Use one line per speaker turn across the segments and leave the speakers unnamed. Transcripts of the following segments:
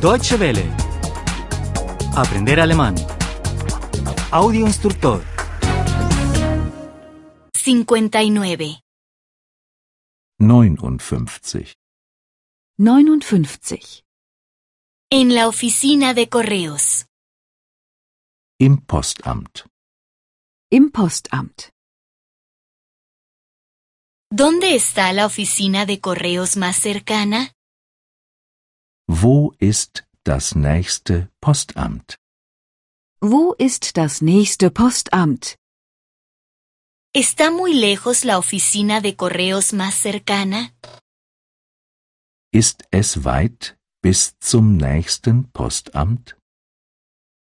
Deutsche Welle. Aprender alemán. Audio instructor.
59.
59.
59.
En la oficina de correos.
Im Postamt.
Im Postamt.
¿Dónde está la oficina de correos más cercana?
Wo ist das nächste Postamt?
Wo ist das nächste Postamt?
¿Está muy lejos la oficina de correos más cercana?
Ist es weit bis zum nächsten Postamt?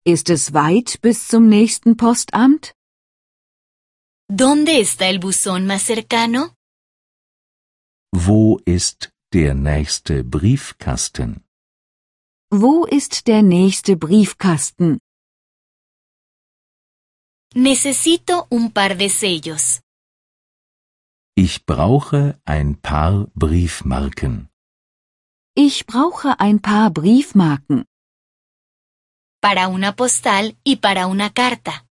Ist es weit bis zum nächsten Postamt?
¿Dónde está el buzón más cercano?
Wo ist der nächste Briefkasten?
Wo ist der nächste Briefkasten?
Necesito un par de sellos.
Ich brauche ein paar Briefmarken.
Ich brauche ein paar Briefmarken
Para una postal y para una carta.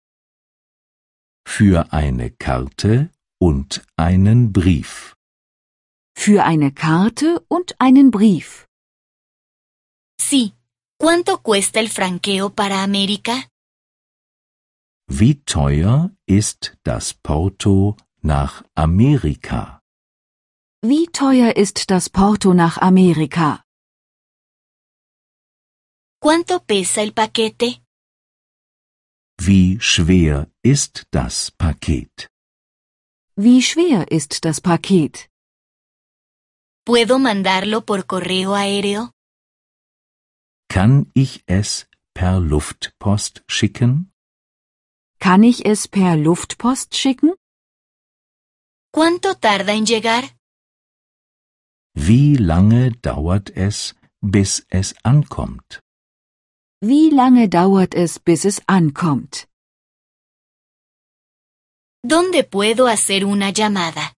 Für eine Karte und einen Brief.
für eine Karte und einen Brief.
Sí. ¿Cuánto cuesta el franqueo para América?
Wie teuer ist das Porto nach Amerika?
Wie teuer ist das Porto nach Amerika?
¿Cuánto pesa el paquete?
Wie schwer ist das Paket?
Wie schwer ist das Paket?
¿Puedo mandarlo por correo aéreo?
Kann ich es per Luftpost schicken?
Kann ich es per Luftpost schicken?
¿Cuánto tarda en llegar?
Wie lange dauert es, bis es ankommt?
Wie lange dauert es, bis es ankommt?
¿Dónde puedo hacer una llamada?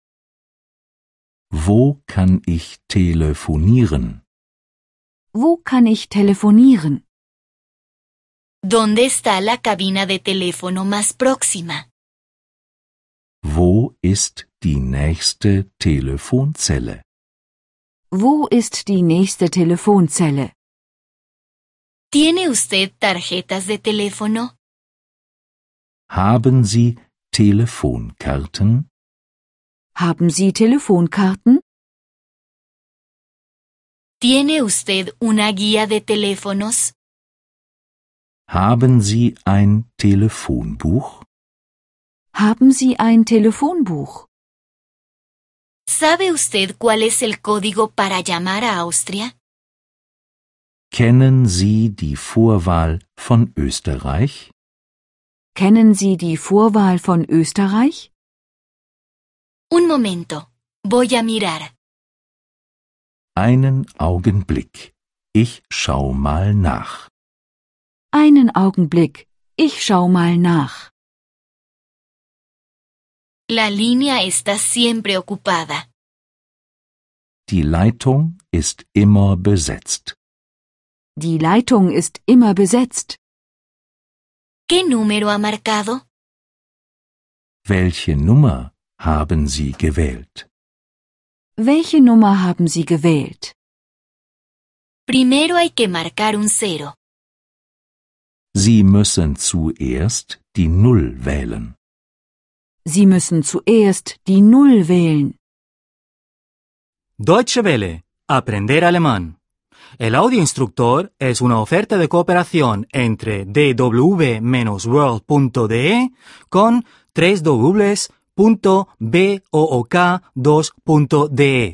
Wo kann ich telefonieren?
Wo kann ich telefonieren?
¿Dónde está la cabina de teléfono más próxima?
Wo ist die nächste Telefonzelle?
Wo ist die nächste Telefonzelle?
¿Tiene usted tarjetas de teléfono?
Haben Sie Telefonkarten?
Haben Sie Telefonkarten?
¿Tiene usted una guía de teléfonos?
Haben Sie ein Telefonbuch?
Haben Sie ein Telefonbuch?
¿Sabe usted cuál es el código para llamar a Austria?
Kennen Sie die Vorwahl von Österreich?
Kennen Sie die Vorwahl von Österreich?
Un momento. Voy a mirar.
Einen Augenblick. Ich schau mal nach.
Einen Augenblick, ich schau mal nach.
La línea está siempre ocupada.
Die Leitung ist immer besetzt.
Die Leitung ist immer besetzt.
¿Qué número ha marcado?
Welche Nummer haben Sie gewählt?
Welche Nummer haben Sie gewählt?
Primero hay que marcar un cero.
Sie müssen zuerst die Null wählen.
Sie müssen zuerst die Null wählen.
Deutsche Welle. Aprender alemán. El audio instructor es una oferta de cooperación entre dw-world.de con 3 2de